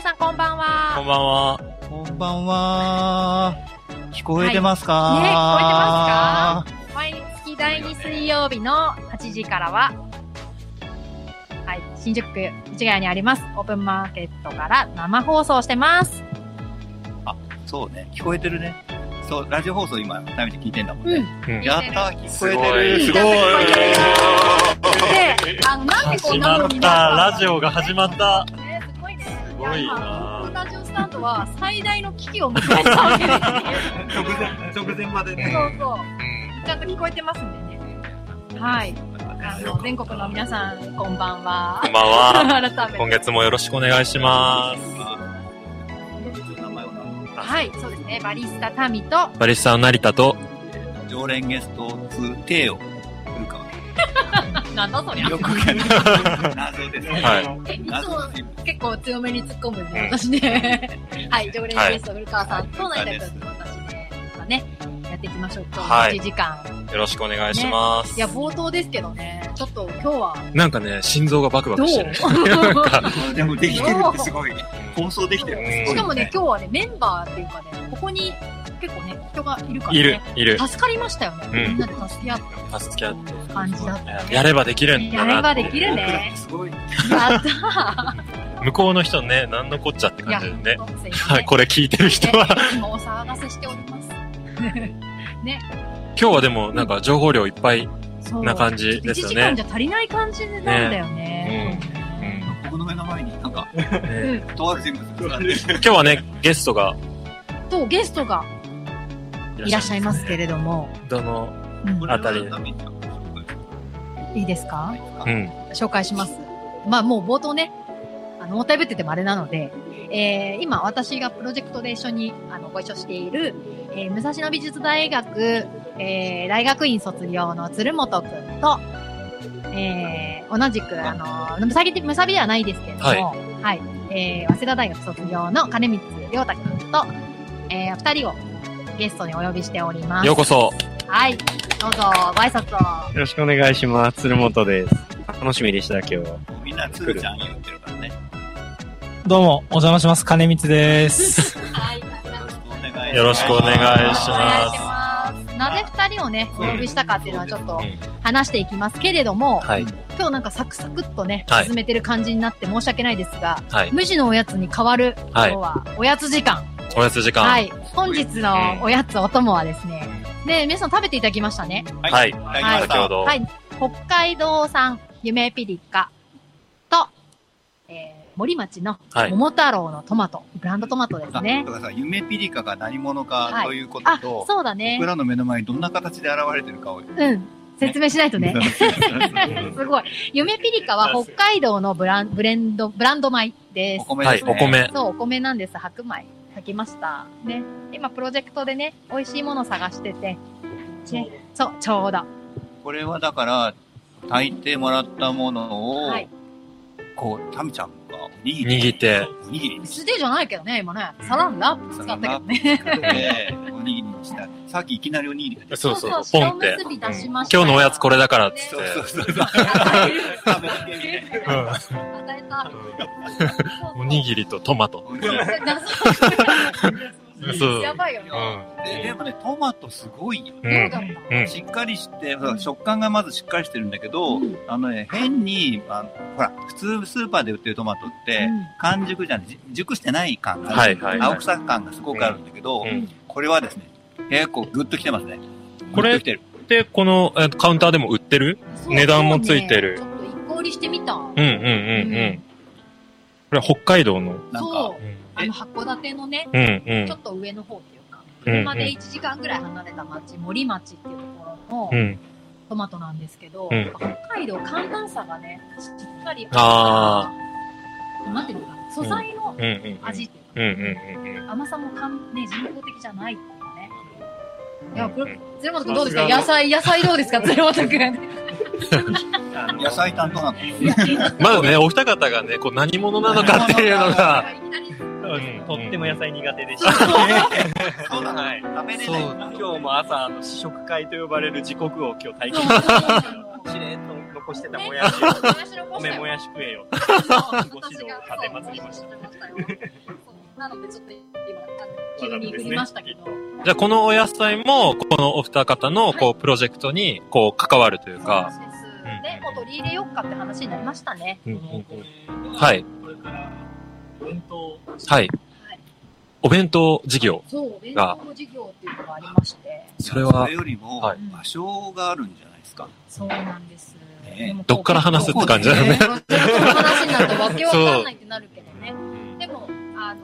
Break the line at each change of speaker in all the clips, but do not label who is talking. さんこんばんは。
こんばんは。
こんばんは。聞こえてますか、
ね、聞こえて
は
ますか毎月第2水曜日の8時からは、はい、新宿区市ヶ谷にあります、オープンマーケットから生放送してます。
そうね、聞こえてるね。そう、ラジオ放送今、改めて聞いてんだもん
う
ね。
ん。
うん
やったー、
す
聞
ご
こえてる。
い、すご
で、
い。
あの、なんでこ
始
んな
ま
の
っ
に
た。
な
ラジオが始まっ
た
た。
ね、すごいね。す
ごいな
ラジオスタンドは最大の危機を迎えたわけです
直前、直前まで
ね。そうそう。ちゃんと聞こえてますんでね。はい。あの、全国の皆さん、こんばんは
こ。んばんは。
改めて。
今月もよろしくお願いしま
名前を名乗る
はい、そうですね。バリスタタミと、
す。バリスタの成田と、
常連ゲスト2、テイを古川。
なんだそりゃ。
よくわかん ない。謎ですね。
はい
え、いつ
謎
も
のチーム
結構強めに突っ込むんで、
うん
私ね。 はい、常連ゲスト、古川さんと
はい
成田君と私ね、まあね、やっていきましょう。今
はい
日1時間。
よろしくお願いします。
いや、冒頭ですけどね、ちょっと今日は、
なんかね、心臓がバクバ
ど
ク
う
してる。
し
でもできてるってすごいね。放送できてるってすごい、
かもね、、今日はね、メンバーっていうかね、ここに結構ね、人がいるからね。
いる、いる。
助かりましたよね。
うん
みんなで助け合っ
助け合って。
た感じだった。
やればできるん
や
だ
れば
な。
できる
僕らっ
ね
て。すごい。
やった
向こうの人ね、なんのこっちゃって
いや、
感じでね。
ほんとすいません
はい、これ聞いてる人は。
ねいつもお騒がせしております。
今日はでも、なんか情報量いっぱい。
そ
な感じですよ
1
ね
時間じゃ足りない感じなんだよね。
うん
僕の目の前になんか、
ね
とある人物が立ってる
今日はね、ゲストが
と、ゲストがいらっしゃいますけれども、
どの、
うん
これは何だ
いいですか
うん。
紹介します。まあもう冒頭ね、あの、もったいぶっててもあれなので、えー、今私がプロジェクトで一緒にあのご一緒している、えー、武蔵野美術大学、えー、大学院卒業の鶴本くんと、えー、同じく、あの、むさぎ、むさびではないですけれども、
はい
はい、えー、早稲田大学卒業の金光亮太くんと、えー、二人をゲストにお呼びしております。
ようこそ。
はい、どうぞ、ご挨拶を。
よろしくお願いします。鶴本です。楽しみでした、今日。
みんなつーちゃん言ってるからね。
どうも、お邪魔します。金光です。
はい、
よろしくお願いしま
お
す
願いします。なぜ二人をね、お呼びしたかっていうのはちょっと話していきますけれども、
はい。
今日なんかサクサクっとね、
はい
進めてる感じになって申し訳ないですが、
はい。
無地のおやつに変わる、今
はい
日はおやつ時間。
おやつ時間。
は
はい。
い。本日のおやつお供はですね、で、皆さん食べていただきましたね。
はい。
はい
はい
先ほど。
はい。北海道産夢ピリカと、えー森町の
はい
桃太郎のトマト、ブランドトマトですね。
だからさ、夢ピリカが何者かというこ
あ
と、と、
そうだね
僕。らの目の前にどんな形で現れてるかを。
うん。説明しないとね。すごい。夢ピリカは北海道のブランブレンド、ブランド米で
お
す。
米
は
で
い
す、ね。
お。米。
そう、お米なんです。白米。炊きました。ね。今、プロジェクトでね、美味しいもの探してて。ね、そう、ちょうど。
これはだから、炊いてもらったものを、
はい。
こう、タミちゃんがおにぎり。
握って。
おにぎりに
素手じゃないけどね、今ね。サランラップ使ったけどね。
して、おにぎりにした。さっきいきなりおにぎりが出て
そうそうそう、ポンって。
塩結
うん
び出しま
今
し
日
たよ
のおやつこれだからっつって
そう。そうそう。食べたけ みたいな
与えた。
おに ぎりとトマト。
おにぎり
り。
そう
やばいよね。
ででもね、トマトすごいよ。
う。
どうんだっ
うん。
しっかりして、食感がまずしっかりしてるんだけど、
うん
あのね、変に、あほら、普通スーパーで売ってるトマトったて、完熟じゃない、じ熟してない感があ
はい
る、
はい
青臭感がすごくあるんだけど、
うん
これはですね、結構グッときてますね。
これ
グッときてる。
で、このえーカウンターでも売ってる
そう
値段もついてる
そうねちょっと一個売りしてみた。
うんうんうんうん。これは北海道の。
なん
そ
か、
う。
うん
あの、函館のね、
うん
ちょっと上の方っていうか、車で1時間ぐらい離れた町、森町っていうところ
うん。う
の
ん。
トマトなんですけど、
うん
北海道寒暖差がね、しっかり
あ
あなんていうのかな、素材の
うんうんうん。
味っていう
うんうんうんうん。
か、甘さもかん、ね、人工的じゃないっていうかね。いや、こ
う
れ
ん、
鶴本くんどうですか
さすがの
野菜、野菜どうですか鶴本くん。
野菜担当なの。
まだね、お二方がね、こう何者なのかっていうの が。ん
とっても野菜苦手でし
そうな
た。
の。
はい。
食べれ
そ
な
う
い。
今日も朝、あの試食会と呼ばれる時刻を今日体験し
そう
れっと残してた
ね
もやしを。
もやしの
ご
ポスタ
めん、
ー
もやし食えよ。
ご
指導を立てまつりましたね
なのでちょっと今急に振りましたけど、
じゃあこのお野菜も、このお二方の、こう、プロジェクトに、こう、関わるというか、
そうです。で、もう取り入れようかって話になりましたね。
うんうんうんはい。はい。お弁当事業。
そう、弁当の事業っていうのがありまして、
それは
それよりも
はい、
場所があるんじゃないですか。
そうなんです。
ね
でもこう
どっから話すって感じだよね。
プロジェクトの話になるとわけわからないってなるけどね。でも、あの、まあ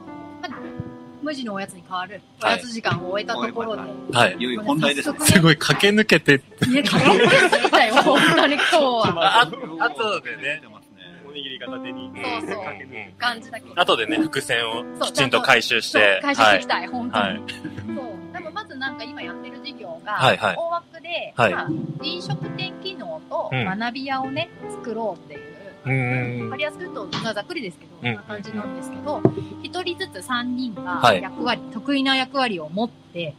無地のおやつに変わる、おやつ時間を終えたところで、
はい
い。よいよ本題 ですね。
すごい駆け抜けて。
ね、駆け抜けすぎたよ、本当に今日は。
ああとでね。
おにぎり片手に。
そうそう
かけて
感じだけど。
あとでね、伏線を
そう
きちんと回収し
そう
て。
回収していきたい、本当に。
はい。はい。
そう。でもまずなんか今やってる事業が、
はいはい
大枠で、
はい
まあ、飲食店機能と
うん
学び屋をね、作ろうっていう。
うー
わか
ん。
りやすく言うと、まあ、ざっくりですけど、こ
うん
んな感じなんですけど、一人ずつ三人が
はい
役割、得意な役割を持って、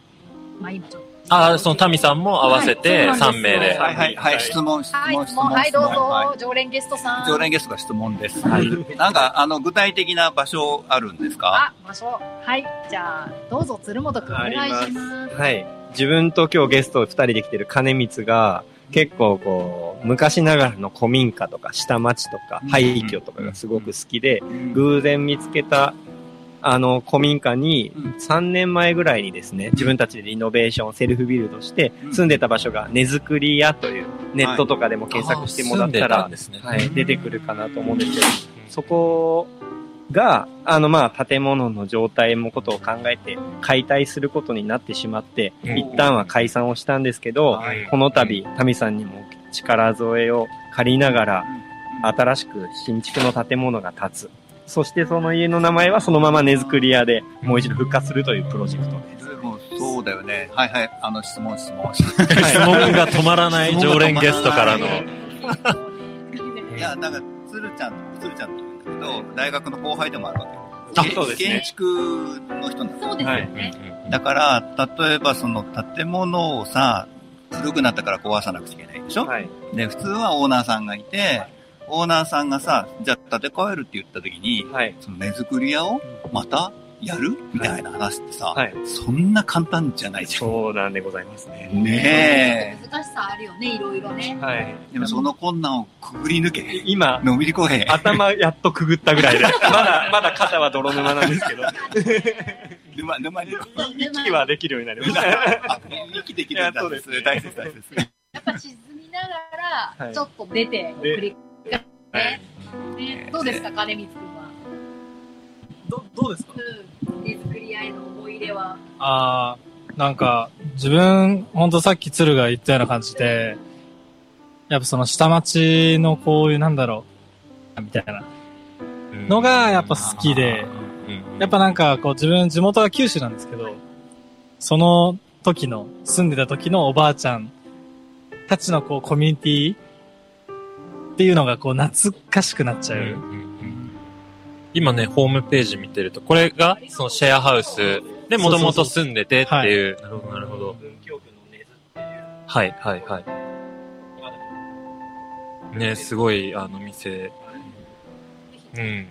まあ今ちょっと。
あー、そのタミさんも合わせて
はいそうなんで
3
す
名で。
はいはいはい、質問、質
はい、
問、質
もう
問。
はい、どうぞ、
は
常連ゲストさん。
い常連ゲストが質問です。
はい
なんか、あの、具体的な場所あるんですか
あ、場所。はい、じゃあ、どうぞ、鶴本くん、お願い
あ
し
り
ます。
はい。自分と今日ゲスト2人で来てる金光が、結構こう、昔ながらの古民家とか下町とか
うん
廃墟とかがすごく好きで、
うん
偶然見つけた、あの、古民家に
うん、
3年前ぐらいにですね、自分たちでリノベーション、セルフビルドして、
うん
住んでた場所が根作り屋という、ネットとかでも検索してもら
あー住
った
んでた
ら
ん、ですね。
はい、出てくるかなと思うんですけど、そこが、あの、まあ、建物の状態もことを考えて、解体することになってしまって、
うん
一旦は解散をしたんですけど、
はい
この度、タミさんにも力添えを借りながら、新しく新築の建物が建つ。そしてその家の名前はそのまま根作り屋でもう一度復活するというプロジェクトです。
でもそうだよね。はいはい。あの、質問、質問。
質問が止まらない常連ゲストからの。
いや、なんか、鶴ちゃん、鶴ちゃんって言うんだけど、大学の後輩でもあるわ
あ
け。
そうですね
建築の人なんだ
そうですよね。
だから、例えばその建物をさ、古くなったから壊さなくちゃいけないでしょ、
はい。
で、普通はオーナーさんがいて、オーナーさんがさ、じゃあ建て替えるって言った時に、
はい。
その根作り屋をまたやるみたいな話ってさ、
はい。
そんな簡単じゃないじゃ
そうなんでございますね。
ん。ね
難しさあるよね、いろいろね。
はい。
え。でもその困難をくぐり抜け、
今、
のんびりこへん。
頭やっとくぐったぐら いで、まだ、まだ肩は泥沼なんですけど、
沼、沼に、
息はできるようになりました。
あ、生きてきるん
いやそ
だ
うです
ね。大切、大切。
やっぱ沈みなが
は
ら、
い
ちょっと出て、
で
繰り返して、ね。どうですか、金光くんは。
ど、どうですか
うん。手作り合いの思い入れは。
あー、なんか、自分、ほんとさっき鶴が言ったような感じで、やっぱその下町のこういう、なんだろう、みたいなのがやっぱ好きで、やっぱなんかこう自分地元は九州なんですけど、その時の、住んでた時のおばあちゃんたちのこうコミュニティっていうのがこう懐かしくなっちゃう。
今ね、ホームページ見てると、これが、そのシェアハウスでもともと住んでてっていう。なるほど、なるほど。はい、はい、はい。ね、すごい、あの、店。うん。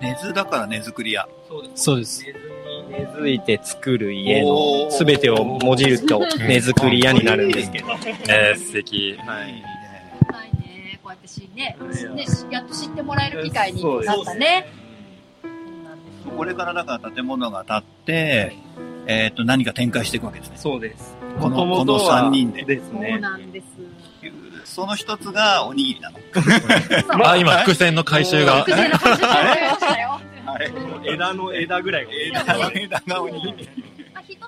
根津だから根作り屋。
そう です。
根付いて作る家
お
の
ー
すべてをもじると根作り屋になるんですけど。
えー、素敵。
はい。
はいね、こうやってしね、ね、しやっと知ってもらえる機会になったね。そうなんですよ
これからだから建物が建って、えっ、と、何か展開していくわけですね。
そうです。
この
元々は
この三人で
です
そう
ね。
なんです。
その一つがおにぎりなの。
あ、今、伏線の回収が
複。製の感じになりましたよ。
はい。
枝の枝ぐらいが
枝の枝がおにぎり。
まあ、一つ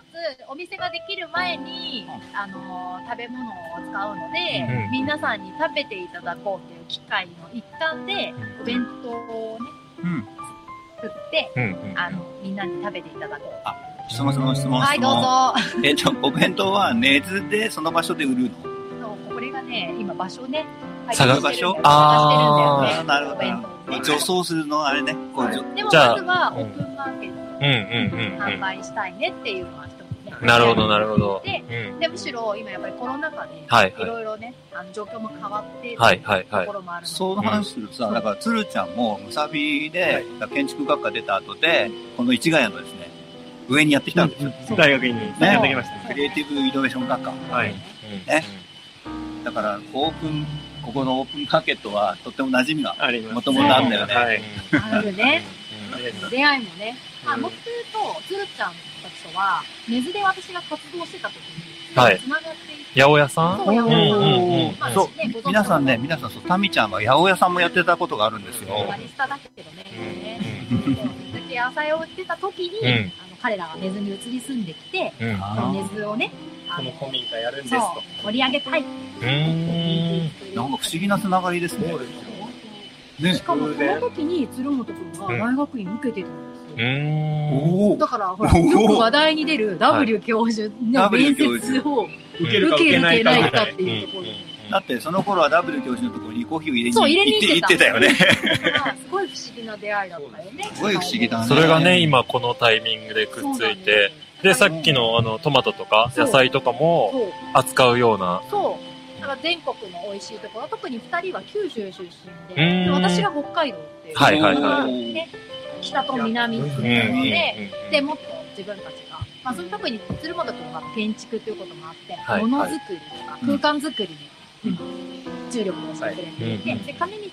お店ができる前に、あのー食べ物を使うので、
うん
皆さんに食べていただこうっていう機会の一環で、お弁当をね、
うん
作って、
うん、
あの、みんなに食べていただこう。
質問、質問、質問。
はい、
質
ど
問
う。ぞ。
えっと、お弁当は根津でその場所で売るの
そうこれがね、今場所ね、
探
す場所
探
あ
してるんだ
なる
よ
ほ
ね。
ど
お弁当をね
女装するのあれね。こう、
でもまず
じゃあ
はオープンマーケット
うん、うん、うん。
で販売したいねっていうのは一つね、
なるほど、なるほど。
で
うん。
で、むしろ今やっぱりコロナ禍で、
はい
い
はい。
ろいろね、あの状況も変わって、
はいはいはい
ところもあるので
その話するとさ、だから、つるちゃんも、むさびで、建築学科出た後で、この市ヶ谷のですね、上にやってきたんですよ。
大学院に行ってきまし
クリエイティブイノベーション学科。
た。はい。
えだから、オープン、ここのオープンマーケットは、とっても馴染みが。
あります。
もともとあんだよね
はい。
ある ね。
うんうん
出会いもね。まあ、
うん
僕とつるちゃんたちとは、根津で私が活動してた時に、
はい
つながっていて、
八百屋さん
そうや
うんうんうんうん
まあ
そう
ねご存知の
皆さんね、皆さん、そう、タミちゃんは八百屋さんもやってたことがあるんですよ。
バリスタだけどね、
う
そうだけ野菜を売ってた時に、
うん
あの彼らが根津に移り住んできて、
うん。
あの根津をね、あ
この古民家やるんで
そ
す
う
と。、
盛り上げたい。
うーん。
なんか不思議なつながりですね。ね
し。かもその時に鶴本くんが大学院受けてたんですよ。
うーん。
おお
だから、ほら、
おー
よく話題に出る W 教授の
W
面
教授
接を
受
受け
るか受けないか
受
ぐ
け
ら
ないいかっていうところで。
だって、その頃は W 教授のところにコーヒーを入れに
そう、入れに
行って
行
行
っ
ってて
た。
たよね。
すごい不思議な出会いだったよね。
すごい不思議だね
それがね、今このタイミングでくっついて、で、さっきのあの、トマトとか
そう
野菜とかも
そう
扱うような。
そう。だから全国の美味しいところ、特に二人は九州出身
う
で、
ん
で私が北海道っていう。
はいはいはい
ね、北と南っていうとこ
うんう
ろ
ん
で、
うん
で、もっと自分たちが、まあ、その特に鶴本君は建築ということもあって、
はい
ものづくりとか
うん
空間づくりに、重力をされてくれてい
うん
て、で、上光君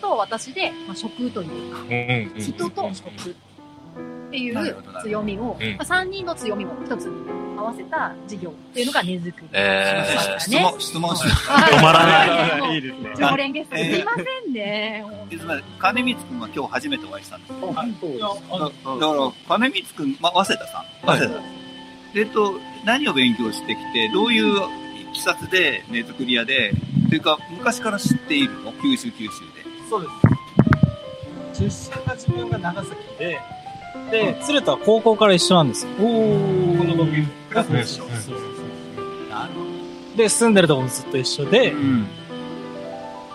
と私で、まあ、食というか、
うんうんうん
人と食ってい
なる
う
ほどなるほど
強みを、
うん
まあ、3人の強みを一つに合わせた事業っていうのが根づくり。
え
しました
質
ね
問、質問し
ー止まら
はい
い
も
いうですね。
常連ゲスト、すいませんね。
実は金光くんは今日初めてお会いしたんですよ。だだから、金光くん、ま、早稲田さん。
はい
早稲田さん。えっと、何を勉強してきて、どういういきさつで、ね、作り屋で、というか、昔から知っているの九州、九州
そうです。出身が自分が長崎で、で、鶴田は高校から一緒なんですよ。
で。お
この僕
うん。
クラス一緒
うん。
そうそうそ
なるほ
うで、住んでるとこもずっと一緒で
ど。う、ん。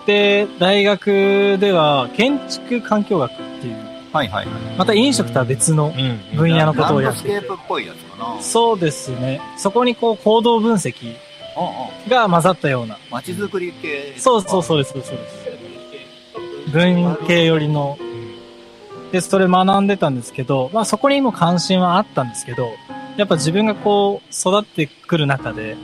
で、大学では建築環境学っていう、
はいはいはい。
また飲食とは別の
うんうん
分野のことをや
ランドス
って
ケ
い
ー
て
プっ。ぽいやつかな。あ
そうですね。そこにこう行動分析
あ、
が混ざったような。
街づくり系。
そうそうそうです、そうです。文系寄りの。で、それ学んでたんですけど、まあそこにも関心はあったんですけど、やっぱ自分がこう育ってくる中で、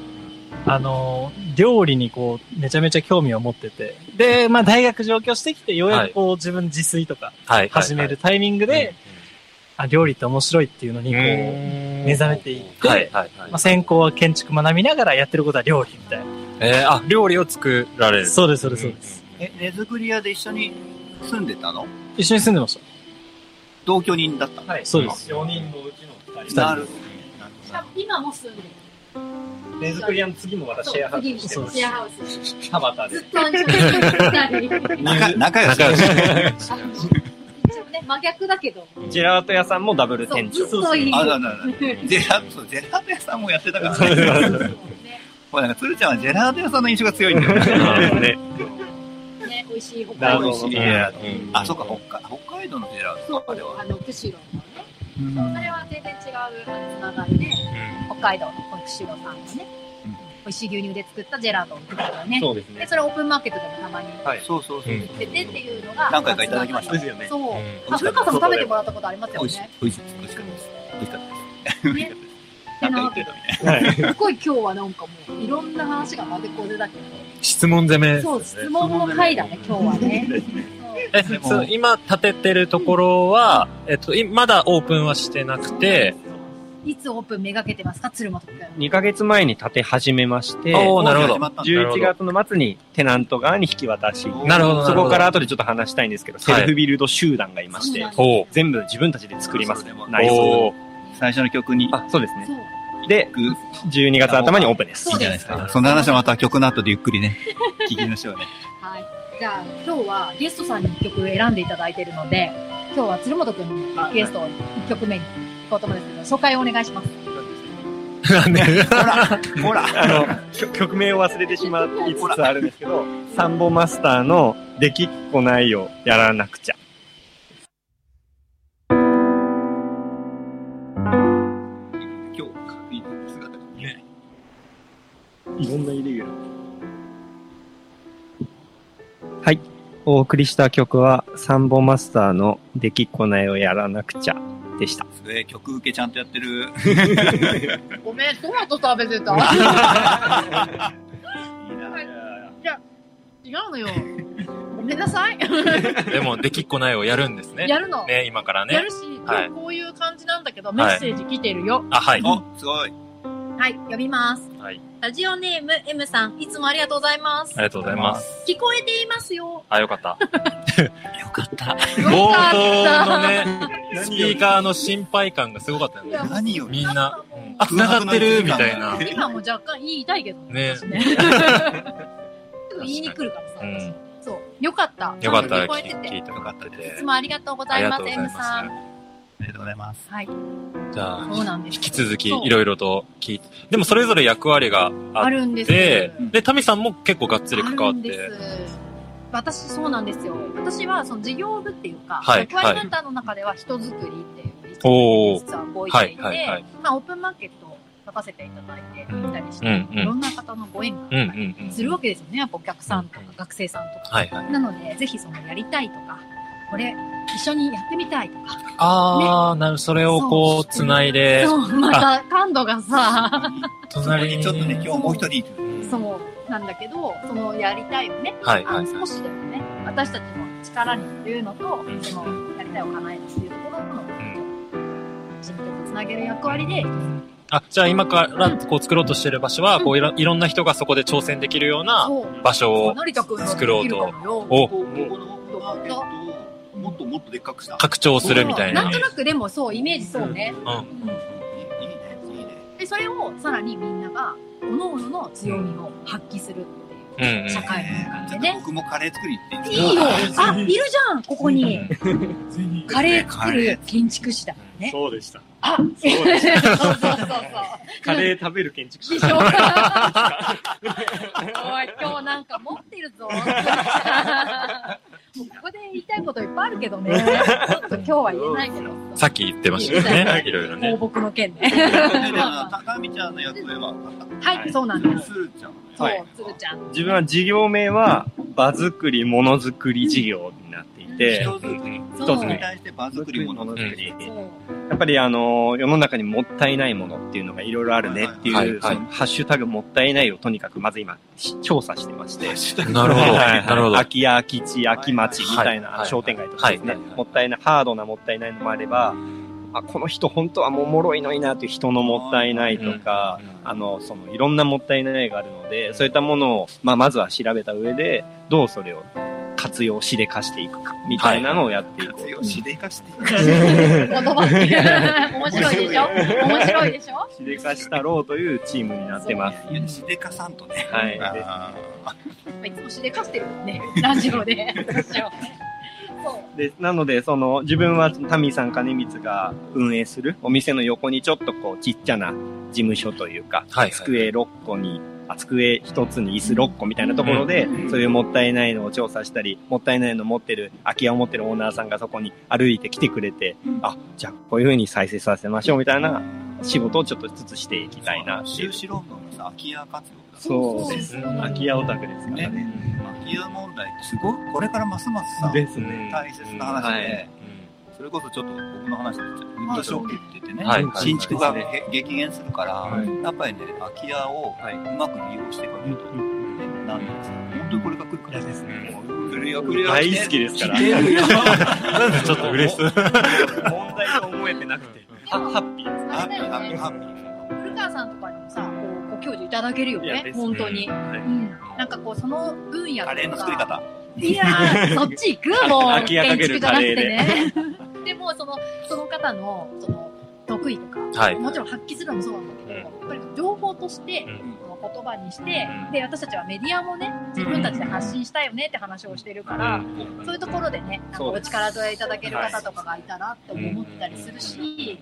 あの、料理にこう、めちゃめちゃ興味を持ってて、で、まあ大学上京してきて、ようやくこう、自分自炊とか
はい。
始めるタイミングで、
で、
あ、料理って面白いっていうのにこう、
目
目覚めていって、
はいはいはい
まあ、。専攻は建築学びながらやってることは料理みたい
えー、あ、料理を作られ
な。
る。
そうです、そうです、そうです。
え、根作り屋で一緒に住んでたの
一緒に住んでまし
同居人だったの
た。そうです。
4人のうちの2
なるほど。
しかも今も住んでる。
手作り屋の次もまたシェアハウスして
そう
ま
次シェアハウス。
す。田端
ず
で
っ。と一緒にいたり。
仲仲良し。
仲良し。
あの一応ね、真逆だけど、
ジェラート屋さんもダブル
そ
店
う、
長
ずっ。といい。
あ、だだだ。ジェラート、そうジェラート屋さんもやってたからね。
ね
ほら、なんか、鶴ちゃんはジェラート屋さんの印象が強いんだよね。
ね。
ね、美味しい北
な
海
る
道
ほど
美味しい
ね。
うん
あ、そうか、北海北海道のジェラートとかでは。
あの釧路のね、
うん
それは全然違うつながりで、北海道の釧路さんのね
うん、
美味しい牛乳で作ったジェラートを売ってたよね。
そうです
で、
ね。
それオープンマーケットでもたまに
はい
そうそうそうう。
売っててっていうのが、
何回かいただきました
ですよね。
そう。
うん
あ、古川さんも食べてもらったことあります
美
よ
味しい
ね。、
美味しい、美味しかったです。美味しかったです。
ね
なんか言ってたみたい。
はい。
すごい今日はなんかもう、いろんな話がまでこれだけ
質問攻め
ど、。そう、質問の回だね、今日はね。 そう
え、そう今建ててるところは、えっと、いまだオープンはしてなくて、
いつオープンめがけてますか、鶴本くん。
2ヶ月前に建て始めまして、
おーなるほど
工事始まったんだ
11月の末にテナント側に引き渡し、
なるほど、な
そ
るほど。
こから後でちょっと話したいんですけど、
い
セルフビルド集団がいまし
そ
て、
うなんです
おう
全部自分たちで作りますね、
そう
内装を
おー
最初の曲に。
あ、そうですね。
そう。
で、
グッ
12月頭にオープンです
そ。うです
はい
そんな話はまた曲の後でゆっくりね、聞きましょうね。
はい。じゃあ、今日はゲストさんに1曲選んでいただいているので、今日は鶴本くんにゲストを1曲目に行こうと思うんですけど、紹介をお願いします。
なんで
ほら、ほら。
あの、曲曲名を忘れてしまいつつあるんですけど、サンボマスターのできっこないをやらなくちゃ。
こ今日、確認の姿が見えない。
いろんなイレギュラー。
お送りした曲は、サンボマスターのできっこないをやらなくちゃでした。
それ、曲受けちゃんとやってる。
ごめん、トマト食べてた。
いいな。
違うのよ。ごめんなさい。
でも、できっこないをやるんですね。
やるの。
ね、今から
や
ね
る。し、
はい
こういう感じなんだけど、メッセージ来てるよ。
あ、はい。
お、すごい。
はい、呼びます。
はい。
ラジオネーム M さん、いつもありがとうございます
あり。がとうございます。
聞こえていますよ。
あ、よ かった。
よかった。
よ
冒
か
頭の
っ
ね、スピーカーの心配感がすごかったよね。
何より。
みんな、うんあ、
あ
繋がってるみたいな。
た。今も若干言いたいけどね。
ね。
すぐ言いに来るからさ。
うん。
そう。よかった。
よかったら
聞こえて
聞
て。
聞
い
いてもらってて
つ。もありがとうご
あ
ざ
り
い
が
ま
とう
す、
ござい
M さ
ま
ん。
ありがとうございます。
はい。
す。じゃあ、
そうなんです。
引き続き
そう
いろいろと聞いて、でもそれぞれ役割があ
あ
っ
るんです
て
よ、
で、タミさんも結構がっつり関わ
あ
っ
るん
て、
です私、そうなんですよ。私は、その事業部っていうか、
はい
役割分担の中では人づくりっていう、
おー
実は動いていて、
はいはいはい
まあ、オープンマーケットを書かせていただいていたりして、
うんうんうん
いろんな方のご縁があっ
うんう
たり
んうん。
するわけですよね。やっぱお客さんとか
うんうん
学生さんとか。
はいはい。
なので、ぜひそのやりたいとか、これ一緒にやってみたいとか。
あー、なる、それをこう、繋いで、
そう、また感度がさ、
隣に。
ちょっとね、今日もう一人いる。
そうなんだけど、そのやりたいをね、
はい
あ
はい
の少しでもね、私たちの力にというのと、
ん
そのやりたいを叶えるっていうところの、人脈をつなげる役割で、
あ、じゃあ今からこう作ろうとしてる場所は、こういろいろんな人がそこで挑戦できるような
そう、
場所を
のりとくんの
作ろう
で
と
きるかもよ
を
ここのマーケットをもっともっとでっかくした。
拡張するみたい
そ
な
う。んとなくでもそう、イメージそうね。
うん。
いいね、いいね。
で、それをさらにみんなが、各々の強みを発揮するって
うん
いう、社会の中で
ね
ね。
僕もカレー作り行って
いいよあ、いるじゃんここに。
ぜひ。
カレー作る建築士だね。
そうでした。
あ、
そうです
そうそうそうそう。
カレー食べる建築
で
士。
しょおい、今日なんか持ってる ぞ。もうここで言いたいこといっぱいあるけどね。ちょっと今日は言えないけど。
さっき言ってましたよね。いろいろ
放
ね。
牧の件
で
ね。
も高見ちゃんの役目は分かっ
はい、そうなんで
た。
す。
するちゃん。
そう
はい、
つるちゃん。
自分は事業名は、場作り、ものづくり事業になっていて、
人作り。
そう
一
そ
つ
れに
ね
対して場作りものづくり。
そう
やっぱりあの、世の中にもったいないものっていうのがいろいろあるねっていう、
はいはい
そのハッシュタグもったいないをとにかくまず今、し調査してまして。
なるほど。なるほど。
空き家、空き地、空き町みたい
はいは
ない商店街とかですね
はいはいは。い
もったいない、ハードなもったいないのもあれば、あ、この人本当はもうおもろいのになという人のもったいないとか、あの、そのいろんなもったいないがあるので、そういったものを、まあ、まずは調べた上で、どうそれを活用しでかしていくか、みたいなのをやっていこう。
活用 しでかして。
言葉って。面白いでしょ面白いでしょ
しでかしたろうというチームになってます。
しでかさんとね。
はい
あ
やっぱいつもしでかしてるもんね。ラジオで。私をそう。
で、なので、その、自分は、タミーさん金光が運営するお店の横にちょっとこう、ちっちゃな事務所というか、
はいはい
机6個に、あ机1つに椅子6個みたいなところで、そういうもったいないのを調査したり、もったいないの持ってる、空き家を持ってるオーナーさんがそこに歩いて来てくれて、あ、じゃあこういう風に再生させましょうみたいな仕事をちょっとずつしていきたいなってい
修。
う
士論文がさ、空き家活用だ。
そうです。空き家オタクですからね。
空き家問題ってすごい、これからますますさ、
ですね。
大切な話で、それこそちょっと僕の話になっちゃう。ウッドショックって言ってね、
はい
新築が
はい
げ激減するから、
はい
やっぱりね、空き家を
はいう
まく利用していかないと、ね、なんなんですよ。本当にこれが来るからですね。来るよ、来るよ。
大好きですから
来てるよ。
なんでちょっと嬉しそう。
問題と思えてなくて、ハッピー。
あ
ハッ
れ
ピ
だ
ー、
よ
ハッピ
ね
ー、。ハッピー。
古川さんとかにもさ、こうご教授いただけるよ
いや
ね
で、すね
本当に。
は
う
い
ん。なんかこう、その分野とか
カレーの作り方。
いやー、そっち行くもう。
空き家かけるカレーで
建築じゃなくてね。で も、その、その方の、その、得意とか、
はい
もちろん発揮するのもそうなんだけど、
うん
やっぱり情報として、
うん
この言葉にして
う、ん
で、私たちはメディアもね、自分たちで発信したいよねって話をしてるから、そういうところでね、なんかお力添えいただける方とかがいたらって思ったりするし、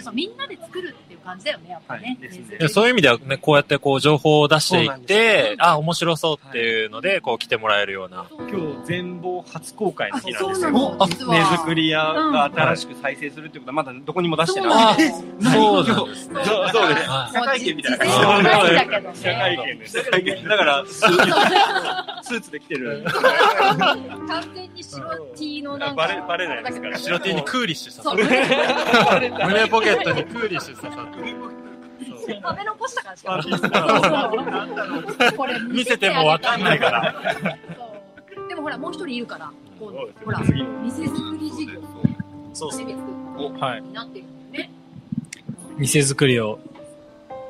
そうみんなで作るっていう感じだよね、やっぱね。
ですね
いやそういう意味ではね、こうやってこう情報を出してい
そうな
っ
ん
て、あ、面白そうっていうので、こう来てもらえるような。
そう
今日全貌初公開の日なん
そ
で
う
す
な
よ。
の、実は。
根作り屋が
う
新しく再生するってことはまだどこにも出して
そう
ない。
な
あ
のよ。
そうなんですね。
そうそうです
は
もう
会見みたいな
事前の話だけど
記者
ね。
会見です。だから、スーツで来てる。
完全に白 T のなんか。
バレバレないですから。
白 T にクーリッシュ
そ
刺
う。
さって、胸ポケットにクーリッシュ刺さって。
食べ残したからしか
なんだろう。
これ
見せてもわかんないから。
そうでもほらもう一人いるからこうほら
次の。
店作り事業
そう
店別
はい。
になってるんだよね
店作りを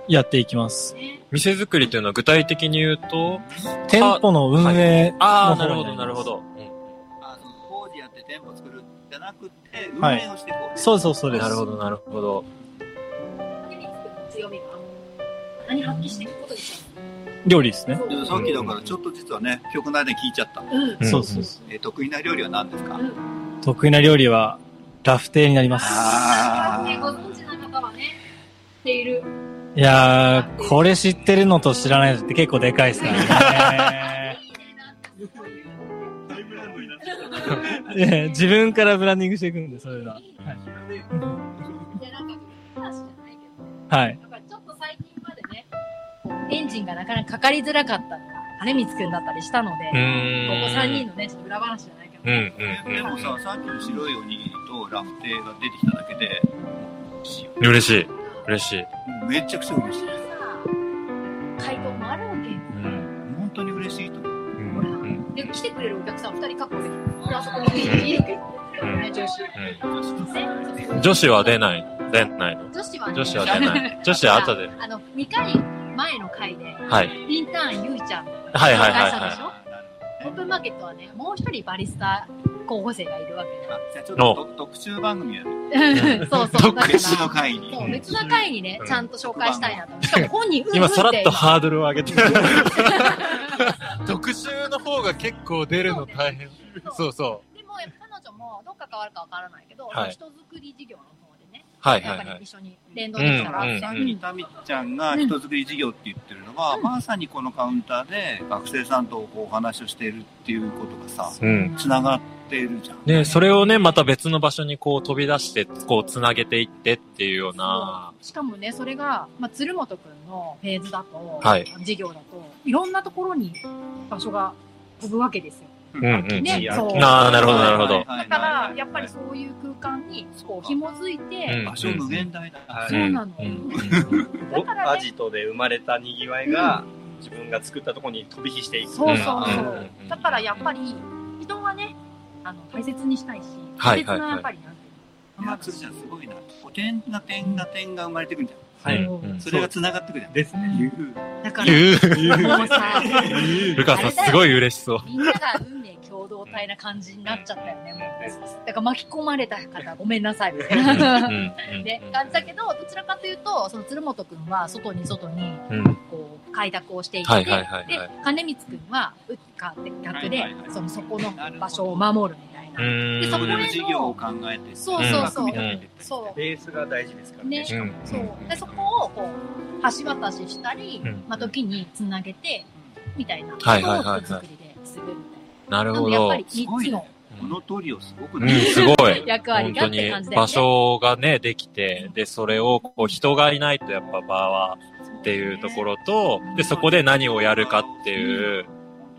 やっていきます。
ね
店作りというのは具体的に言うと、
店舗の運営
ああ、
の
な
方
るほ
に
ど、な
なります
るほど。
あの工事やって店舗作るんじゃなくて、運
はい
営をしていこう。
そうそうそうです。
なるほど、なるほど。
店別の強みが何発揮していくことでし
料理ですね。
ょう
でもさっきだからちょっと実はね、曲の間に聞いちゃった。
うん
そうそうそう。
えー得意な料理は何ですか
うん
得意な料理は、ラフテーになります。
あ
ねご
ー
存知の方はね知っている
いやー、これ知ってるのと知らないのって結構でかいです からね。
いいねなんかそういう
いや自分からブランディングしていくんで、そういうのは。
でなんか話じゃないけどね
はい。
だからちょっと最近までね、こうエンジンがなかなかかかりづらかったのが、金光くんだったりしたので、
うー
こ
ん。
こ3人のね、ちょっと裏話じゃないけど、
うんうんうん
でもさ、さっきの白いおにぎりとラフテーが出てきただけで、
うん。嬉しい。嬉しい。
もうめちゃくちゃ嬉しい。
さ、回答もあるわけよ。
うん。
本当に嬉しいと思う。
うんうん
で、来てくれるお客さん2人確保できる。ほらあそこにいるけどね、女子。
うん女子は出ない。出ないの。
女子はね、
女子は出 ない。女子は後で。
あの、2回前の回で、
はい。
インターンゆいちゃんが
はいはいはい
紹介
は
したでしょオープンマーケットはね、もう一人バリスタ候補生がいるわけだ。
あじゃあちょっと特特集番組やる。
そうそう。だか
特
ら
集の会に。
そう、別な回にね
う、ん
ちゃんと紹介したいなと。しかも本人、うん
い。今さらっと
は
ハードルを上げて。特集の方が結構出るの大変。そうそ
でも、やっぱ彼女もどっか変わるかわからないけど、
はい
人づくり事業の方でね、
う。はい
や
は
っぱ
いは
り
い。
一緒に連動できたら、
うんうん
さっきタミちゃんが人づくり事業って言ってるのは、
うん
まさにこのカウンターで学生さんとこうお話をしているっていうことがさ、
うん。
つながってるじゃん。
ね、それをね、また別の場所にこう飛び出して、こう繋げていってっていうような。
しかもね、それが、まあ、鶴本くんのフェーズだと、
はい
事業だと、いろんなところに場所が飛ぶわけですよ。
うんうん。
ね、
いや
そう。だ
ああ、なるほどなるほど。
から、やっぱりそういう空間に、こう、紐づいて、
うん
場所無限大だ。
はい
そうなの
うん
だから
ア
ね、
ジトで生まれた賑わいが、自分が作ったとこに飛び火していく。
そうそう
うん
そ
うん
う
う。ん
だからやっぱり、人はね、あの、大切にしたいし、
は
大切
いはい
な
はい
やっぱりなんていう
い
の
や、鶴ちゃんすごいな。こう点が点が点が生まれてくるじゃ
は
う
い。
ん
うん
ん。それが繋がってくるじゃん。
ですね。
だから、
言う。
もうさ、
ルカさん、すごい嬉しそう。
みんなが運命共同体な感じになっちゃったよね、もう。だから巻き込まれた方、ごめんな さい、みたいな。ね、感じだけど、どちらかというと、その鶴本くんは、外に外に、
うん。
こう、開拓をしていて、
はいはいはいはい
で、金光くんは、うっかって逆で、
はいはいはい
その、そこの場所を守るみたいな。
うん。
でそこ
そ
で
れの事業を考えて、
そう
そう
そう
組み立ててったりして
そう。
ベースが大事ですからね。
ね
うん
そう。で、そこを、こう、橋渡ししたり、
うん
まあ、時につなげて、みたいな。
はいはいはいはい
手作りでするみ
な
たいな。
る
なの
ほ
で、やっ
ど
ぱ。り
すご
3つ
いね
の。
このトリオすごく
う
ね
ん、すごい。
役割
本
が
当
って
に
感じだよ
場
ね。
所がね、できて、で、それをこう人がいないとやっぱ場はっていうところと、で、そこで何をやるかっていう、
本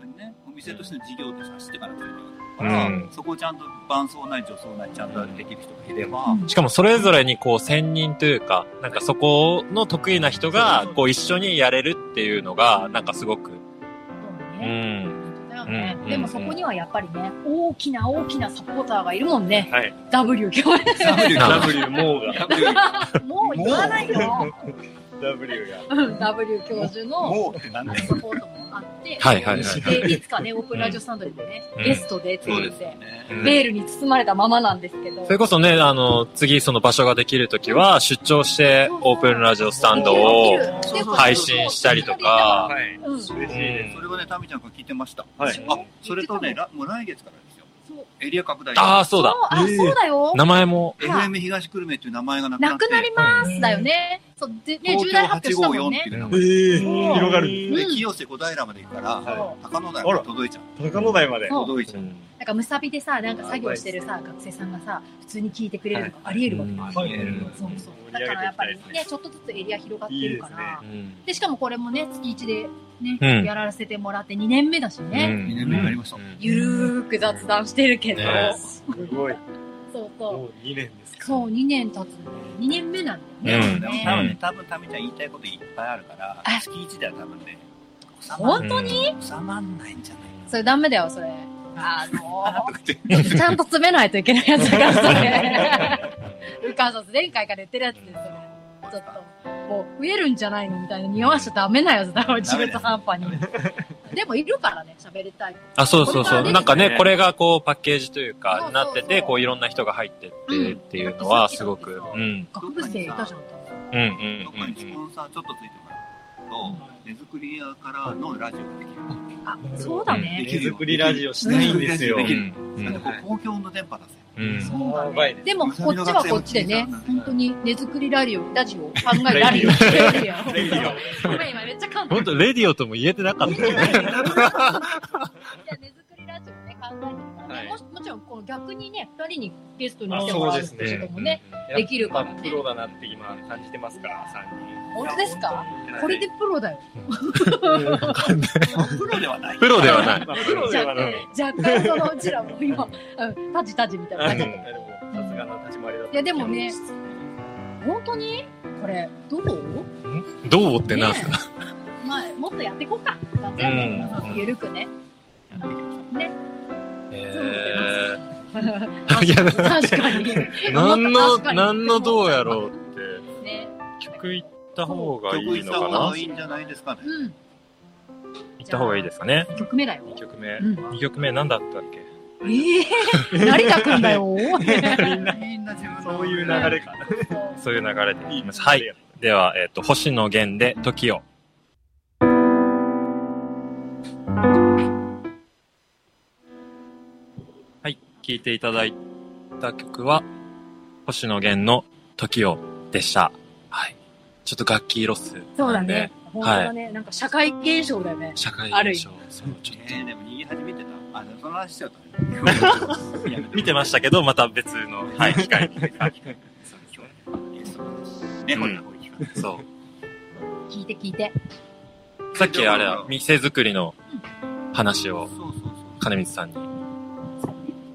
当にね、お店としての事業としてしてからという
う
か
ん
ら、そこをちゃんと伴奏ない助走ないちゃんとできる人がいれば、
うん
しかもそれぞれにこう専任というか、なんかそこの得意な人がこう一緒にやれるっていうのが、なんかすごく、
そう
う
ね
ん。
だよね
うん
でもそこにはやっぱりね、大きな大きなサポーターがいるもんね。
はい。
W 今日
ダブル
な
ダ
るほ
ブ
W モーが。
ルダブル
もう言わないよ。
W が。
うん W 教授の
もうってなんだよ。
サポートもあって、
はいはいはい。
でいつかね、オープンラジオスタンドでもね、
うん
ゲストでついて、
ね
うん
ベールに包まれたままなんですけど、
それこそね、あの、次その場所ができるときは、出張してオープンラジオスタンドを配信したりとか、
はい。
うん、
嬉しいで
それはね、タミちゃんから聞いてました。
はい
あ、それとね、らもう来月からですよ。
そう
エリア拡大。
ああ、そうだ。
あ、そうだよ。
名前も、
FM 東久留米っていう名前がなくな
な
って。
くなります。だよね。そう、で、ね、重大発表したもんね
東京854って。いう名
えー、
前。
広がる。
で、
うん
清瀬小平まで行くから、
は
高野台
あ
ま
ら
で届いちゃう。
高野台まで。
そう
届いちゃう。
なんか、むさびでさ、なんか作業してるさ、学生さんがさ、普通に聞いてくれるとかあり得るわけ
うん
よ。
はい。
そうそう。だからやっぱりね、ちょっとずつエリア広がってるから。
うん
で、しかもこれもね、月1でね、
うん
やらせてもらって2年目だし
う
ね。
ん
2年目になりました。
うん
ゆるーく雑談してるけど。
ね
すごい。
そうそう。
う2年です
そう、2年経つね。2年目なんだよ
う
ね
ん
でも
多
ね。
分ね、多分タミちゃん言いたいこといっぱいあるから、
あ
月1では多分ね、収ま
本
ん
当に
収まんないんじゃない
それダメだよ、それ。あの
かな
ー
と。かって。
ちゃんと詰めないといけないやつが、それ。う かさつ、前回から言ってるやつです、それ。ちょっと、もう、増えるんじゃないのみたいな匂わしちゃダメなやつだろ、中途半端に。でも、いるからね、喋りたい。
あ、そうそうそう。なんかね
ね、
これがこう、パッケージという
そう
か
そ、うそう
なってて、こう、いろんな人が入ってってっていうのは、すごく、うん、
学部生いたじゃん。
うん、うん、
どっ
う
かにスポ
ん
ンサーちょっとついてもらうと、手作り屋からのラジオができる。
あ、そうだね。
手作りラジオしないんですよ。
でき
う
る
ん。
だってこう公共の電波だぜ。
うん。
そうだ
やばい
ね
ね。
でも、こっちはこっちでね、本当に根作りラジオ、ラジオ、考えラジオ。ごめん、今めっちゃ噛んだ。
本当レディオとも言えてなかったよね。
じゃあ、根作りラジオね、考えてるからね、
はい
もしもちろん、この逆にね、二人にゲストに来てもらうっていうこともね、できるからね
プロだなって今感じてますから、3
本当ですか
人。
これでプロだよ。
プロではない。
プロではない。
まあプロではない。
若干、そのうちらも今、うん、タジタジみたいな
あ
感じ
で
だっ
も
た。
さすがの立ち回りだった
いや、でもね、本当にこれ、どう
どうってなんすか
かまあ、もっとやっていこうか。
うん
ゆるくね。
え
確
いや
かに。
ー、何
もっと 確か
の、
に
何のどうやろうって、
ね。
曲行った方がい
得意
い
した
のか
方
な行
がいいんじゃないですかね。
うん。
った方がいいですかね。
2曲目だよ。
2曲目。
うん。
2曲目何だったっけ
ええー、成田くんだよ。
みんな自分の
そういう流れか。
そういう流れでいきます。はい。。では、えっ、と、星野源で時を。はい。聴いていただいた曲は、星野源の時をでした。はい。ちょっと楽器ロス。
そうだね。。本当
はい
だね。なんか社会現象だよね。
社会
ある意
現
味
象。そう、ちょっと。
えー、でも逃げ始めてた。あ、でもその話しちゃうとね
見てましたけど、また別の、 はい、機会に。はい
そう今日ねゲストの話ね、これこういう機会
そ
聞いて聞いて。
う。さっきあれは、店作りの話
そう
を
そうそう。
金光さんに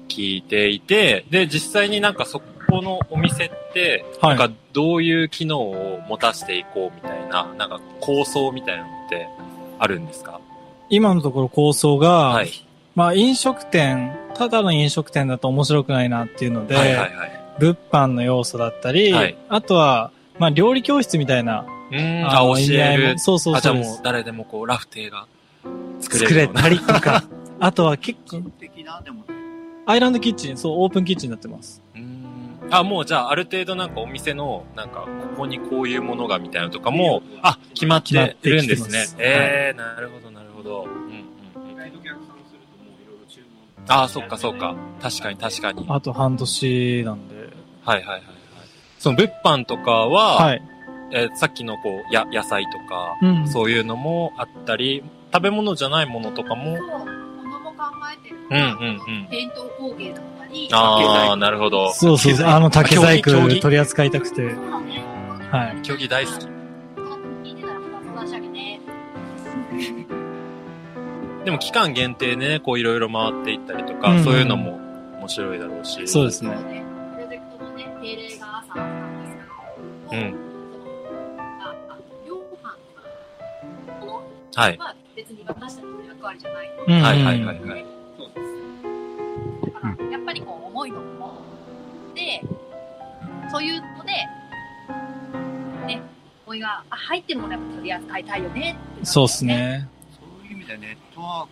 聞いていて、で、実際になんかそこのお店って、
はい
なんかどういう機能を持たせていこうみたいな、なんか構想みたいなのってあるんですか
今のところ構想が、
はい。
まあ飲食店、ただの飲食店だと面白くないなっていうので、
はいはいはい。
物販の要素だったり、
はい
あとは、まあ料理教室みたいな、
うーん、
あ
あ、
の
教
意味合
え
い
る
も。そうそう
あ、じ
そ
ゃあ
う
も
で
う
す。
誰でもこう、ラフテーが作れ
作
る
れ
ような。
たりとか、 あとは結構
人、的な、でも、
アイランドキッチン、そう、オープンキッチンになってます。
うーんあ、もうじゃあある程度なんかお店の、なんかここにこういうものがみたいなのとかも、あ、決まってるんです
決ま
ね
ってき。てます
えー、なるほどなるほど。うんうんうん。
ガイド客さんするともういろいろ注文。
ああ、そっかそっか。。確かに確かに。はい
あと半年なんで。
はいはいはい。その物販とかは、
はい。
えーさっきのこう、や、野菜とか、
うん。
そういうのもあったり、食べ物じゃないものとかも
そう、、ものも考えてる
うんうんうん。
伝統工芸だったり、
ああ、なるほど。
そうそうそう。あの竹細工
競技競技
取り扱いたくて。
そうだね。
はい。
競技大好き。
聞いてたらまた相談してあげて。
でも期間限定でね、こういろいろ回っていったりとか、
うん
そういうのも面白いだろうし。。
そうですすね。
プロジェクトのね、定例が朝あったんです
う
けど、
ん。
あ、あ量販この
はい。
まあ別に私たちの役割じゃない
うん。
はいはいはいはい。
だからやっぱりこう重いのもでそういうのでね思いがあ入ってるものやっぱ取り扱いたいよねっていう
そうです。ね。
そういう意味ではネットワーク、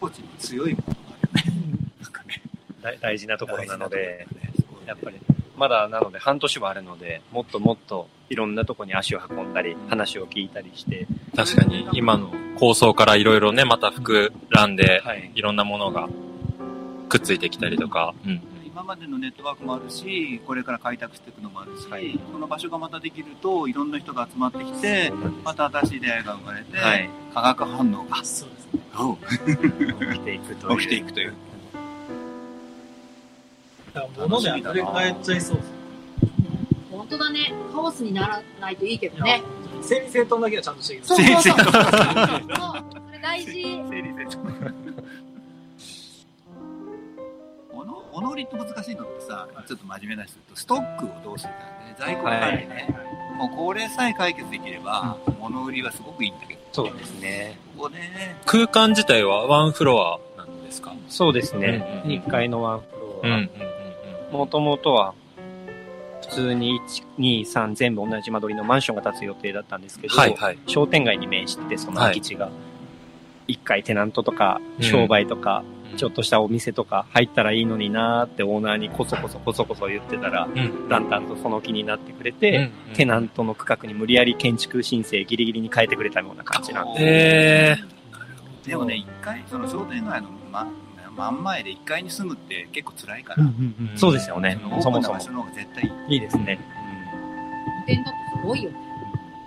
コーチに強いものがあるよね。なんかね、
大大事なところなので、
大事なところだ
や
よね、
っぱり、まだなので半年はあるので、もっともっといろんなとこに足を運んだり、話を聞いたりして、
確かに、今の構想からいろいろね、また膨らんで、
はい。
いろんなものがくっついてきたりとか。うん。
今までのネットワークもあるし、これから開拓していくのもあるし、
はい
この場所がまたできると、いろんな人が集まってきて、また新しい出会いが生まれて、
はい。
化学反応が
起きていくという。
起きていくという。
物で溢れ返っちゃいそうです
本当だね。カオスにならないといいけどね。
整理整頓だけはちゃんとしてい
そうそうそう。そうそれ大事。
整理整頓。おの、おのりって難しいのってさ、ちょっと真面目な人だと、ストックをどうするかね、在庫管理ね。もうこれさえ解決できれば、物売りはすごくいいんだけど、
そうですね。
ここね、
空間自体はワンフロアなんですか
そうですね。
うんうんうん
1階のワンフロ
うんうん
ア
うんうん。
もともとは、普通に1、2、3全部同じ間取りのマンションが建つ予定だったんですけど、
はいはい。
商店街に面してて、その空き地が。一回テナントとか、
うん
商売とか、ちょっとしたお店とか入ったらいいのになーってオーナーにこそこそこそこそ言ってたら、
うん
だんだんとその気になってくれ
うんう
て、
ん
テナントの区画に無理やり建築申請ギリギリに変えてくれたような感じなんで。
え
でもね、一回、その商店街のま真ん前で一階に住むって結構辛いから、
ー
そうですよね
その、オープ
そ
ン
も
な
そも
場。所の方が絶対いい。
いいですね。
本店だってすごいよね。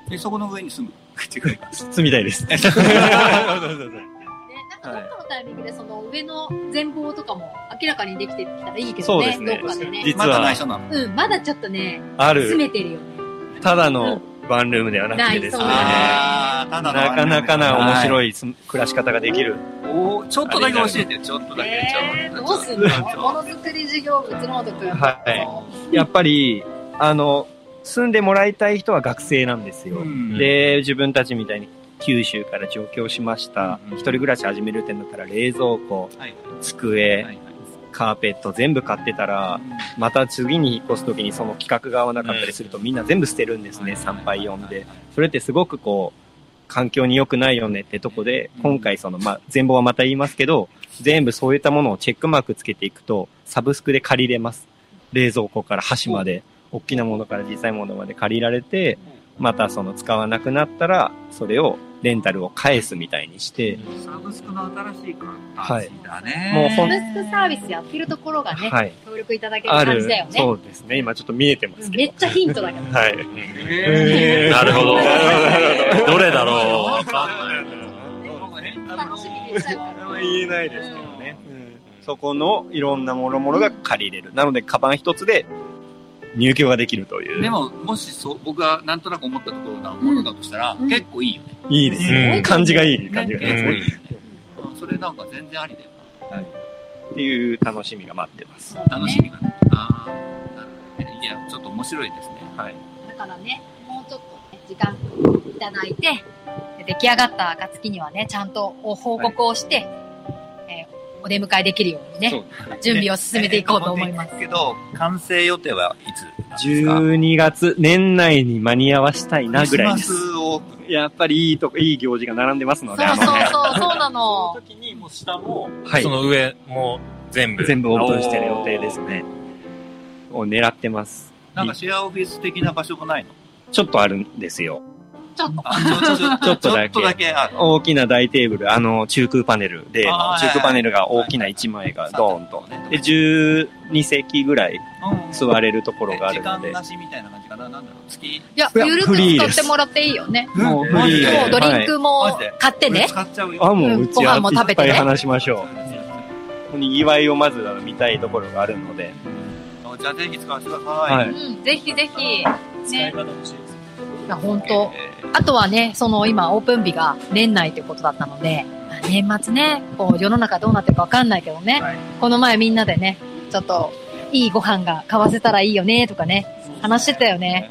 で、そこの上に住む。違います。
つみたいです。
ねなんかどっかのタイミングでその上の全貌とかも明らかにできてきたらいいけど
そうで
ね。
すね
どっかでね。
実
まだ内
は、
緒なの。
うん、まだちょっとね、
あ
詰
る、
めてるよ。
ただのワンルームではなくてですね、
な
な
あーただの
かなかな面
は
白い住む暮らし方ができる。
い。おーちょっとだけ教えて、ちょっとだけ。
えー、
ちょっと
どう すんの
ちょっと
ものづくり事業物の音くん。
はやっぱり、あの、住んでもらいたい人は学生なんですよ。
うん
で、自分たちみたいに九州から上京しました。
うん
一人暮らし始めるってなったら冷蔵庫、
はいはい
机、
はい
カーペット全部買ってたら、また次に引っ越す時にその企画が合わなかったりするとみんな全部捨てるんですね、参拝呼んで。。それってすごくこう、環境に良くないよねってとこで
う、ん
今回その、まあ、全貌はまた言いますけど、全部そういったものをチェックマークつけていくと、サブスクで借りれます。冷蔵庫から箸まで、大きなものから小さいものまで借りられて、またその使わなくなったら、それをレンタルを返すみたいにして、
サブスクの新しい
はい
形だね。
もう
サ
ほん
ブスクサービスやってるところがね、
はい。
協力いただける
あ
感じ
る
だよ、ね。
そうですね。今ちょっと見えてま
う
す
ん
け
めっちゃヒントだけど。
ど。はい。
へー
なるほど。どれだろ
わ
うわ
かんない
楽しみにしちゃうから。
言えないですけどね。そこのいろんなもろもろが借りれる。なので、カバン一つで入居ができるという。
でも、もしそう、僕がなんとなく思ったところなものだとしたら、
うん
結構いいよね。
いいです
う
ね。
ん
感じがいい感じがいいで
ね
すね。
結構いいよね。それなんか全然ありだよ
っていう楽しみが待ってます。
な。楽しみがある。あーなるほどねいや、ちょっと面白いですね。
はい。
だからね、もうちょっとね時間いただいて、出来上がった暁にはね、ちゃんとお報告をして、えーお出迎えできるようにね、準備を進めていこうと思い ます。
けど、完成予定はいつなんですか
12月、年内に間に合わしたいなぐらいです
クリ。スマスオープン。
やっぱりいいとこ、いい行事が並んでます
そ
の
う
で、
そう
あの
そう、そうなの。
時にもう下も
は
そ
い。
の上も全部。
全部オープンしてる予定ですね。を狙ってます。
なんかシェアオフィス的な場所もないの
ちょっとあるんですよ。
ちょっと。
あちょちょちょ
ちょっとだ
ちょっ
け
とだけある。
大きな大テーブル、あの、中空パネル、例の
あー
中空パネルが大きな1枚がドーンと。で、
ね
12席ぐらい
うん
座れるところがあるの
時間
で、
なしみたいな感じかな。なんだろう、月。
いや、
いや
ゆるく
フリー
使
で
っ
す
てもらっていいよね。
もうフリー
え
もう
で。
ドリ
は
ン
い
クも
マジで
買ってね。
使っちゃうよ。
あ、もううちは
ご飯も食べ
いってぱ
ね
い話しましょ
う
う。にぎわいをまずあの見たいところがあるので、
んじゃあぜひ使わせてください。
は
う
い。
ん、ぜひぜひ。
使い
ね。
方欲しいです
いや、本当あとはね、その今オープン日が年内ということだったので、まあ年末ね、こう世の中どうなってるかわかんないけどね、
はい
この前みんなでね、ちょっといいご飯が買わせたらいいよねとかね、話してたよね。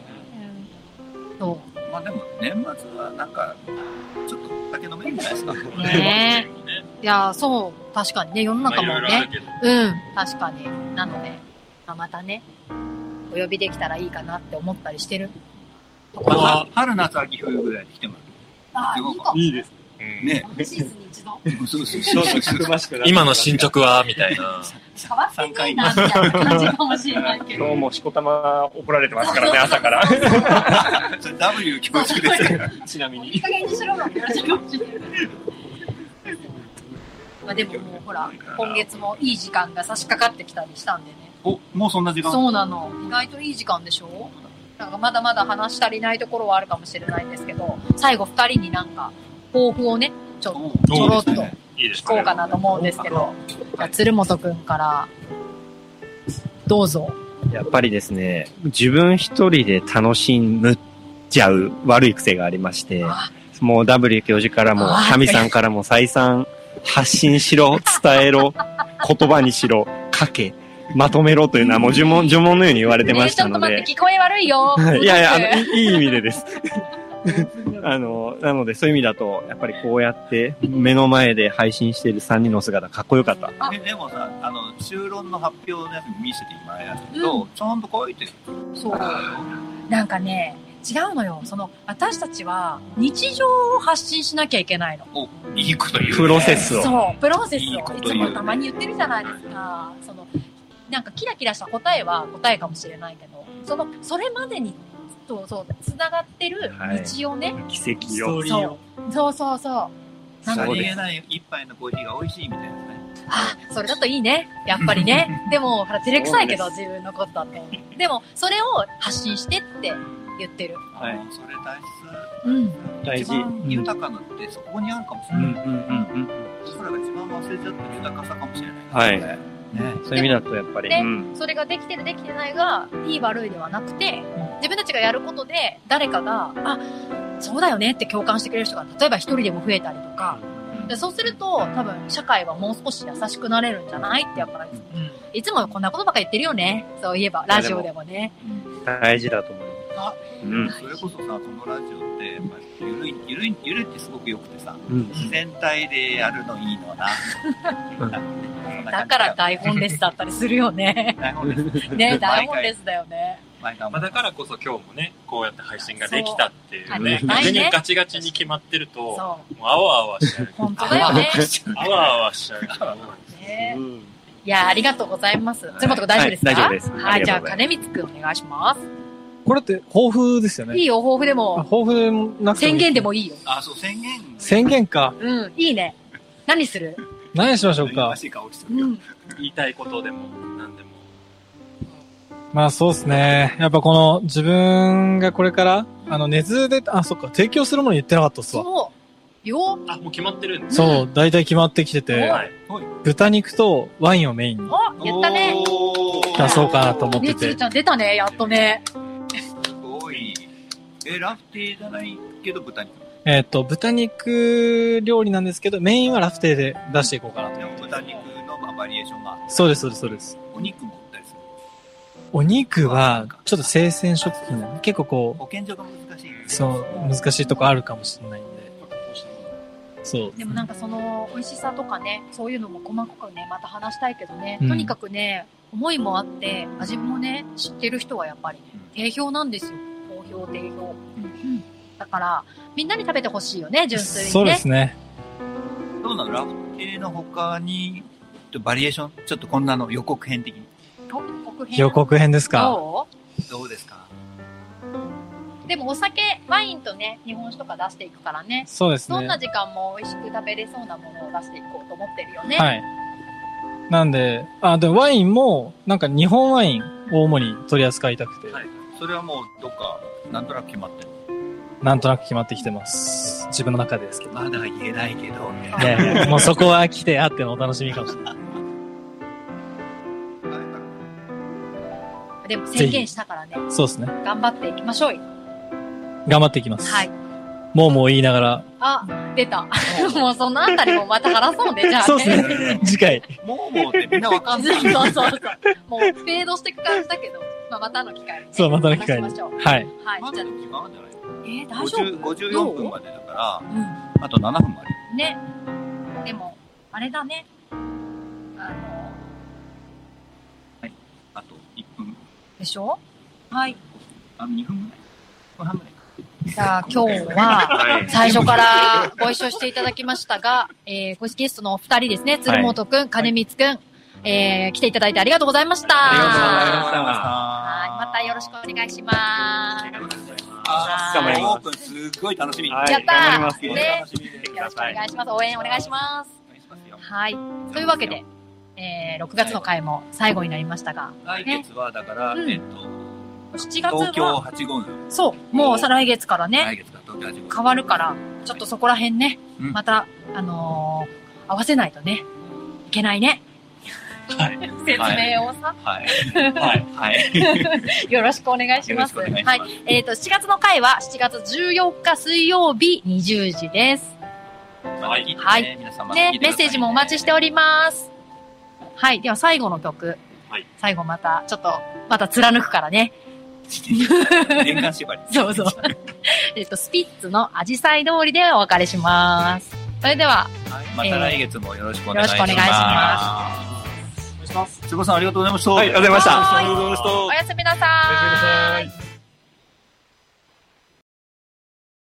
そ
まあでも年末はなんか、ちょっと酒飲めるんじゃないですか。
う。ね いや、そう、確かにね、世の中もね、うん、確かに。なので、まあまたね、お呼びできたらいいかなって思ったりしてる。
他は、
春、夏、秋、冬ぐらいに来ても
ああ、いいかも。
いいです。
うん
らう。ね
シーズンに一度。
え。そうそう
ちょ
そう
っと
そう。
くましくなってきました
今の進。捗はみたいな。
変わってねえな、みたいな感じかもしれないけ
今
ど。
日もしこたま怒られてますからね、朝から。
それ W 恐縮ですから。
ちなみ
いい
に。
加減にしろよって感じかもしれない。まあでももうほら、今月もいい時間が差し掛かってきたりしたんでね。
お、もうそんな時間
そうなの。意外といい時間でしょなんかまだまだ話し足りないところはあるかもしれないんですけど、最後二人になんか、抱負をね、ちょっとちょろっと
そうですね
いいです
聞こう
ね。
かなと思うんですけど、じゃあ鶴本くんから、どうぞ。
やっぱりですね、自分一人で楽しむっちゃう悪い癖がありまして、
あ
もう W 教授からも、
あー
ハミさんからも再三、発信しろ、伝 えろ、言葉にしろ、書け、まとめろというのはもう呪文、呪文のように言われてま
ね
し
ちょ
た
っと
の
待っ
で
て、。聞こえ悪いよ。
はいいやいや、あ
すごく
の、いいいい意味でです。あの、なのでそういう意味だと、やっぱりこうやって目の前で配信している3人の姿かっこよかった。
ででもさ、あの、修論の発表のやつ見せてもらえやつけど、ちゃんと書いてる。
そう。なんかね、違うのよ。その、私たちは日常を発信しなきゃいけないの。
お、いいこと言う、ね。
プロセスを。
そう、プロセス
いいこ
を。い
と
つ
言うね
もたまに言ってるじゃないですか。その、なんかキラキラした答えは答えかもしれないけど、その、それまでに、そうそう、つながってる道をね、
奇跡
スト
を
ー。リーを。
そうそうそう。な
さ
の
そう
で、
で
り
す
げない一杯のコーヒーが美味しいみたいなね。
あ、それだといいね。やっぱりね。 でも、ほら、照れくさいけど、自分のことだと。でも、それを発信してって言ってる。
はい
あのそれ大
うん。
切。
大事
一番豊かなってそこにあるかもし
う
れ
んう
なんい。
うんうん。
僕らが一番忘れちゃった豊かさかもしれない。
はい
ね。
そういう意味だとやっぱり、
ね
うん
それができてるできてないがいい悪いではなくて、自分たちがやることで誰かがあそうだよねって共感してくれる人が例えば一人でも増えたりとかでそうすると多分社会はもう少し優しくなれるんじゃないってやっぱり
うん
いつもこんなことばっか言ってるよねそういえば
いや
ラジオでもね
大事だと思いま
あ
す。うん。
それこそさ、このラジオって、まあ、ゆるい、ゆるい、ゆるいってすごく良くてさ、
うん。
自然体でやるのいいのな。
だから台本レスだったりするよ ね
台本です。
ね台本レスだよね
毎回
まあ、だからこそ今日もね、こうやって配信ができたってい
そうあ
う
りが
ね、
たいね
逆にガチガチに決まってると、もう
そ
あわあわしちゃう
う。本当だよね
あわあわしちゃう。
ね
うん
いやありがとうございます鶴本君大丈夫ですか
はい大丈夫です
はいじゃあ
ありがとうござ
金光くんお願いしま
これって、抱負ですよ
す
ね。
いいよ抱負で
あ
も
抱負なくて
宣言でも
いい。
いいよ
あ、そう、宣言。
宣言か。
うん、いいね。何する
何しましょう
言。
か
ら。しい顔して
う
るよ。
ん。
言いたいことでも、何でも。
まあそうですね。やっぱこの自分がこれから、あの、根津で、あ、そっか、提供するもの言ってなかったっすわ。
そう。よ
あ、もう決まってるんです
そう、だいたい決まってきてて、
はい。
豚肉とワインをメインに
おやったね。
おー
出そうかなと思って
ね、つる
て
ち。ゃん出たね、やっとね。
すごい。え、ラフテーじゃないけど豚肉。
えっと、豚肉料理なんですけど、メインはラフテーで出していこうかなと。
でも豚肉のまあバリエーションがあって、
そうです、そうです、そうです。
お肉も売ったりする。
お肉は、ちょっと生鮮食品なんで、結構こ
保健所が難しい。
う、そう、難しいとこあるかもしれないんで。そう。
でもなんかその、美味しさとかね、そういうのも細かくね、また話したいけどね、
うん
とにかくね、思いもあって、味もね、知ってる人はやっぱりね、定評なんですよ。好評、定評。うん。だから、みんなに食べてほしいよね、純粋にね。
そうですね。
どうなのラフテーの他に、ちょっとバリエーション、ちょっとこんなの予告編的に。
と予告編。
予告編ですか。
ど
どうですか
うでもお酒、ワインとね、日本酒とか出していくからね。
そうですね。
どんな時間も美味しく食べれそうなものを出していこうと思ってるよね。
はい。なんで、あ、でもワインも、なんか日本ワインを主に取り扱いたくて、
はい
それはもうどっか、なんとなく決まってる。
なんとなく決まってきてます。自分の中でですけど。
まだ言えないけど、ね。
いやい や、もうそこは来てあってのお楽しみかもしれない。
でも宣言したからね、
そうですね。
頑張っていきましょうよ。
頑張っていきます。
はい。。
もうもう言いながら。
あ、出た。もうそのあたりもまた話そうね、じゃあ、ね。
そうですね。次回。
もうもうってみんなわかんない。
そうそうそう。もうフェードしていく感じだけ ど、まあ、またの機会にね、
そうまたの機会に
話しましょう。
はい。
はい
ま。
じ
だ
ゃあ、
時間あるんじゃない
えー、大丈夫
?50 54分までだか
う
ら、あと7分まで。
ん。ね。でも、あれだね。あの、
あと1分。
でしょはい。
あの2分ぐらい。5分半ぐらいか。
じゃあ今日は
はい。
最初からご一緒していただきましたが、えー、ごゲストのお二人ですね、鶴本くん、金光くん、えー、来ていただいてありがとうございました。
ありがとうございました
はいまたよろしくお願いします。
あ
頑張り
オ
ま
ープンすっごい楽しみに。
はい
やったー
頑張りますよ
ね
楽しみにして
よ
く
ろ
だ
しくお
さい
願いします。応援お願いします。
お願いしますよ
はい。というわけで、えー、6月の回も最後になりましたが、
来月はだから、
うん
えっと
7月
東京
は、
8号の
そう、もう再来月からね、
来月が東京8号
変わるから、ちょっとそこら辺ね、
うん
また、あのー合わせないとね、いけないね。
はい
説明をさ、
はいはいはい
よろしくお願いし
よ
ま
ろ
す。
しくお願いし
は
ま
い
す。
えっ、と、7月の回は7月14日水曜日20時です。
はい
はい
皆様
ね、メッセージもお待ちしております。はい。では最後の曲。
はい
最後また、ちょっと、また貫くからね。
ます。年間縛り。
そうそう。えっと、スピッツのアジサイ通りでお別れします。それでは、
はいまた来月もよろしくお願いし
よ
ま
ろし
す。
くお願いし
す。つぼさんありがとうございました。
はいありがとうございました
おやすみなさーい。